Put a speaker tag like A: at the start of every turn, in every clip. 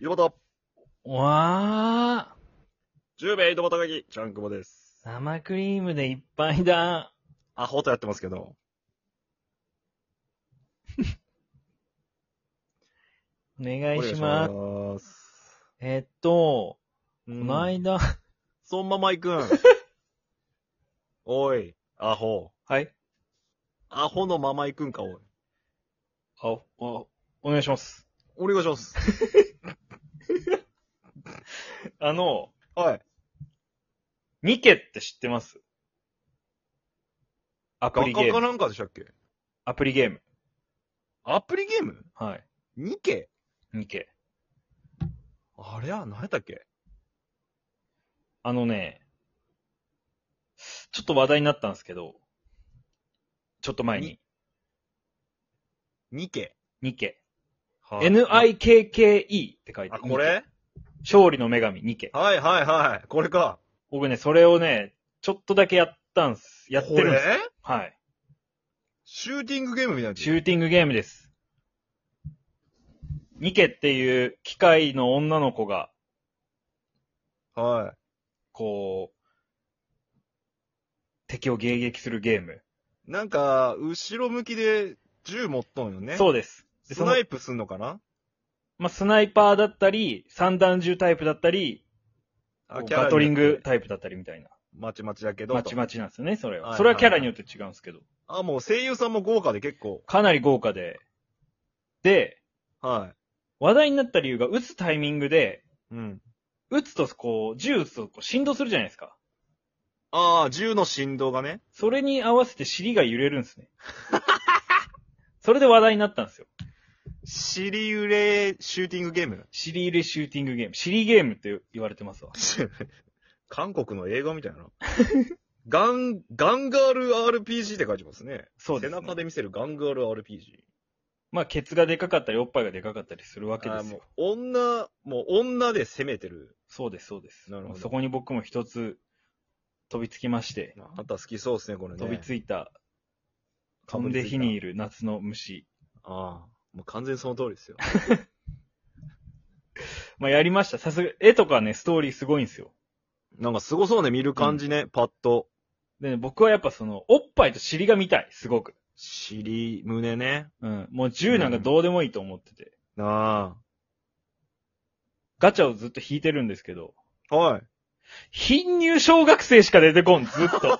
A: 井戸端、
B: わ
A: 10名井戸端会議、ちゃんくぼです
B: ー、。生クリームでいっぱいだ。
A: アホとやってますけど。
B: お願いします。
A: お願いします。
B: えっと、
A: う
B: こ
A: ん
B: の間、
A: そんままいくん。おい、アホ。
B: はい。
A: アホのままいくんか、おい。
B: あ、お、お願いします。
A: お願いします。
B: あの、
A: はい。
B: ニケって知ってますアプ
A: 画
B: リゲ
A: 家
B: ー
A: か
B: ム。
A: なんかでしたっけ
B: アプリゲーム。
A: アプリゲーム
B: はい。
A: ニケ
B: ニケ。
A: あれは、何やったっけ
B: あのね、ちょっと話題になったんですけど、ちょっと前に
A: に、ニケ。
B: ニケ。
A: は
B: N-I-K-K-E って書いて
A: あ、これ
B: 勝利の女神、ニケ。
A: はいはいはい。これか。
B: 僕ね、それをね、ちょっとだけやったんす。やってるんです。
A: これ
B: はい。
A: シューティングゲームみたいなやつ。
B: シューティングゲームです。ニケっていう機械の女の子が、
A: は
B: こう、敵を迎撃するゲーム。
A: い。なんか、後ろ向きで銃持っとんよね。
B: そうです。で
A: ス
B: その
A: ナイプすんのかな
B: まあ、スナイパーだったり、三段銃タイプだったり、
A: あ、キャラ
B: バトリン
A: によっ
B: グ
A: て。
B: タイプだったりみたいな。
A: まちまちだけど。
B: まちまちなんですよね、それ
A: はいはいは
B: は。
A: い
B: それはキャラによって違うんですけど。
A: あ、もう声優さんも豪華で結構。
B: かなり豪華で。で、
A: は
B: 話題になった理由が撃つタイミングで、
A: い。うん。
B: 撃つとこう、銃撃つとこう振動するじゃないですか。
A: ああ、銃の振動がね。
B: それに合わせて尻が揺れるんですね。 それで話題になったんですよ。
A: 尻揺れシューティングゲーム。
B: 尻揺れシューティングゲーム。尻ゲームって言われてますわ。
A: 韓国の映画みたいな。 ガン、ガンガール RPG って書いてますね。
B: そうです、
A: 背中
B: ね。
A: で見せるガンガール RPG。
B: まあ、ケツがでかかったり、おっぱいがでかかったりするわけ
A: あ
B: で
A: ー
B: す
A: も
B: よ
A: う。女、もう女で攻めてる。
B: そうです、そうです。
A: なるほど
B: そこに僕も一つ飛びつきまして、
A: あなた好きそうですね、これね。
B: 飛びつ
A: い
B: いた、
A: か
B: 飛
A: ぶ
B: ん
A: りついた
B: で火にいる夏の虫。
A: ああ。もう完全にその通りですよ。
B: まあ、やりました。さすが、絵とかね、ストーリーすごいんですよ。
A: なんかすごそうね、見る感じね、パッと。
B: で、ね、僕はやっぱその、おっぱいと尻が見たい、すごく。
A: 尻、胸ね。
B: うん。もう銃なんかどうでもいいと思ってて。
A: あ
B: ガチャをずっと引いてるんですけど、
A: あ。はい。
B: 貧乳小学生しか出てこん、ずっ と。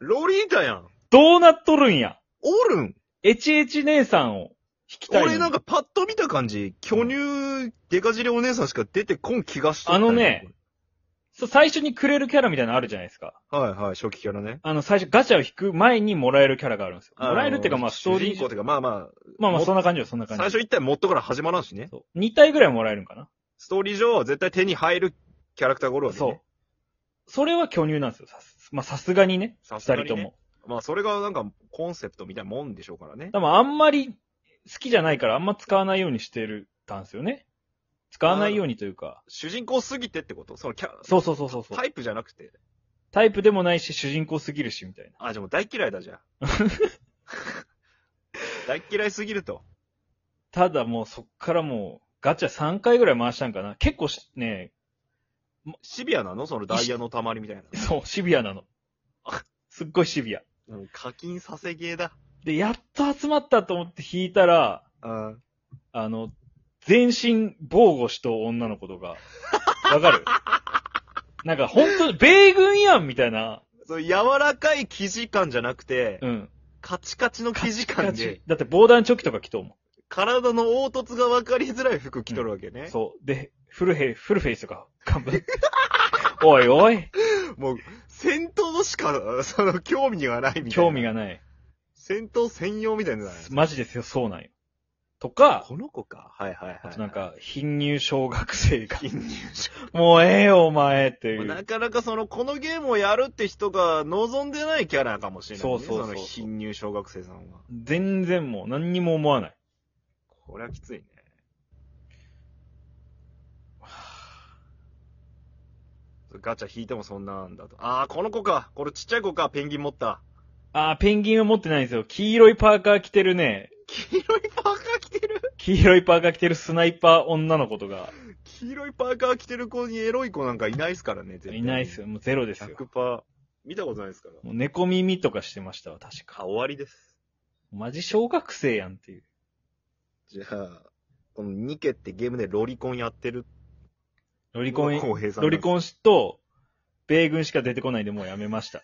A: ロリータやん。
B: どうなっとるんや。
A: おるん
B: エチエチ姉さんを引きたいのに。
A: 俺なんかパッと見た感じ、巨乳デカジレお姉さんしか出てこん気がして
B: あのね。そう、最初にくれるキャラみたいなのあるじゃないですか。
A: はいはい、初期キャラね。
B: あの、最初ガチャを引く前にもらえるキャラがあるんですよ。もらえるっていうか、
A: の
B: まあ、ストー
A: 主
B: リ
A: 人公っ
B: ー。
A: ていうか、まあま
B: まあまあ、
A: も
B: そんな感じよ、そんな
A: あ、
B: 感
A: 最
B: じ。
A: 初一体モットから始まらんしね。
B: そう。2体ぐらいもらえるんかな。
A: ストーリー上は絶対手に入るキャラクターがおるわけね。
B: そう。それは巨乳なんですよ。さすまあ、さすがにね。
A: さ
B: 二
A: すがに
B: 人
A: ね
B: とも。
A: まあそれがなんかコンセプトみたいなもんでしょうからね。
B: 多分あんまり好きじゃないから、あんま使わないようにしてるたんですよね。使わないようにというか。
A: 主人公すぎてってことそのキャ
B: そうそうそうそうそう
A: タ。イプじゃなくて。
B: タイプでもないし、主人公すぎるし、みたいな。
A: あ、じゃあもう大嫌いだじゃん。 大嫌いすぎると。
B: ただもうそっからもう、ガチャ3回ぐらい回したんかな。結構しね、
A: シビアなのそのダイヤの溜まりみたいな。
B: そう、シビアなの。 すっごいシビア。
A: うん課金させゲーだ。
B: で、やっと集まったと思って引いたら、
A: うん。
B: あの、全身防護しと女の子とか、わかるなんか本当に、米軍やんみたいな。
A: その柔らかい生地感じゃなくて、
B: うん。
A: カチカチの生地感で、
B: だって防弾チョッキとか着とうも
A: 体の凹凸が分かりづらい服着とるわけ
B: ん。
A: ね。
B: そう。で、フルヘイ、フルフェイスとか、看板。おいおい、
A: もう、戦闘しか、 その、興味がないみたいな。
B: 興味。がない。
A: 戦闘専用みたいなのじゃない。
B: マジですよ、そうなんよ。とか、
A: この子か。はいはいはい。
B: あとなん、か、貧乳小学生が、
A: 貧乳
B: もうええよ、お前ってい
A: 症。な
B: う。
A: かなかその、このゲームをやるって人が望んでないキャラかもしれない、ね。
B: そうそうそ
A: の
B: う
A: 貧乳小学生さんは。
B: 全然もう何にも思わない。
A: これはきついね。ガチャ引いてもそんなんだと。ああ、この子か。これちっちゃい子か。ペンギン持った。
B: あー、ペンギンは持ってないんですよ。黄色いパーカー着てるね、
A: 黄色いパーカー着てる
B: 黄黄色いパーカー着てるスナイパー女の子とか、
A: 黄色いパーカー着てる子にエロい子なんかいないっすからね、絶対。
B: いないっすよ。。もうゼロですよ。
A: 100%。見たことないですから。
B: もう猫耳とかしてましたわ、確か。
A: あ、終わりです。
B: マジ小学生やんっていう。
A: じゃあ、このニケってゲームでロリコンやってる。
B: ロリコン、
A: 浩平さん
B: ロリコ
A: ン。
B: ンと、米軍しか出てこないんでもうやめま した。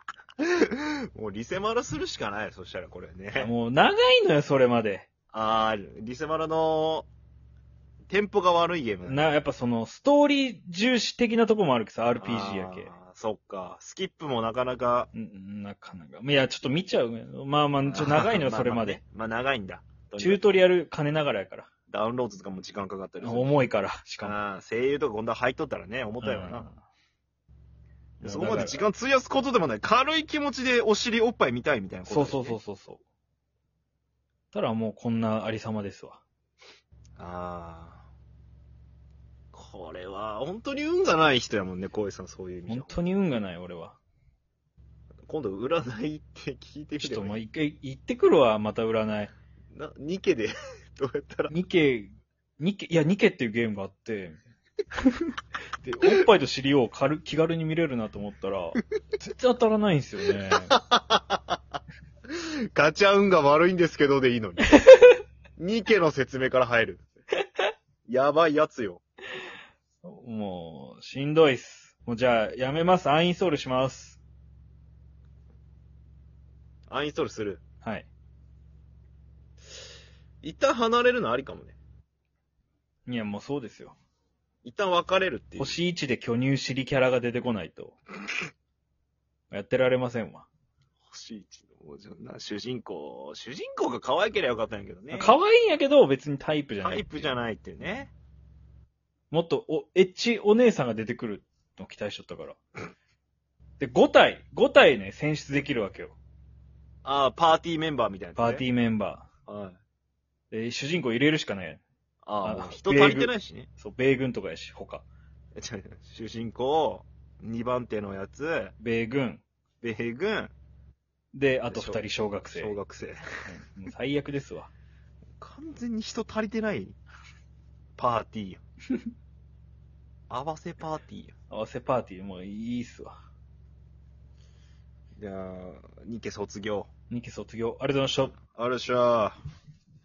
A: もうリセマラするしかない。そしたらこれね。
B: もう長いのよ、それまで。
A: あー、リセマラの、テンポが悪いゲームだね
B: な、やっぱその、ストーリー重視的なとこもあるけどさ、RPG やけ。
A: あー。そっか。スキップもなかなか。
B: うんなかなか。いや、ちょっと見ちゃう。まあまあ、ちょっと長いのよ、それまで。。
A: まあ長いんだ。
B: チュートリアル兼ねながらやから。
A: ダウンロードとかも時間かかったりする。
B: 重いから、しかも。
A: あー声優とか今度は入っとったらね、重たいわ
B: う
A: な。
B: ん
A: でそこまで時間費やすことでもない。軽い気持ちでお尻おっぱい見たいみたいなこと、
B: そうそうそう。そうそう。たらもうこんなありさまですわ。
A: ああ。これは、本当に運がない人やもんね、浩井さん、そういう意味じゃ
B: 本。当に運がない、俺は。
A: 今度、占いって聞いてみ
B: ち
A: て
B: ょっとも
A: も
B: う
A: いい
B: 一回行ってくるわ、また占い。
A: な、2家で、 どうやったら。
B: ニケ、ニケ、いや、ニケっていうゲームがあって、で、おっぱいと尻を軽気軽に見れるなと思ったら、全然当たらないんですよね。
A: ガチャ運が悪いんですけどでい いのに。2家の説明から入る。やばいやつよ。
B: もう、しんどいっす。もうじゃあ、やめます。アンインストールします。
A: アンインストールする。
B: はい。
A: 一旦離れるのありかもね。
B: いや、もうそうですよ。
A: 一旦別れるっていう。
B: 星1で巨乳尻キャラが出てこないと。やってられませんわ。
A: 星一の王女な、主人公、主人公が可愛ければよかったんやけどね。
B: 可愛いんやけど、別にタイプじゃな
A: タ
B: い。
A: イプじゃないっていうね。
B: もっとお、エッチお姉さんが出てくるのを期待しとったから。で、5体、5体ね、選出できるわけよ。
A: ああ、パーティーメンバーみたいな、ね。
B: パーティーメンバ
A: ー。はい。
B: ー。で、主人公入れるしかない。あ
A: あ
B: の
A: あ、人足りてないしね。
B: そう、米軍とかやし、他。
A: 違う違う主人公、2番手のやつ、
B: 米軍。
A: 米軍、
B: で、あ
A: で
B: と
A: しょ
B: 2人小学生。
A: 小学生。
B: うんもう最悪ですわ。
A: 完全に人足りてないパーティーや。 合わせパーティーや。
B: 合わせパーティー、もういいっすわ。
A: じゃあ、ニケ卒業。
B: 2期卒業。ありがとうございました。
A: あるっしゃー。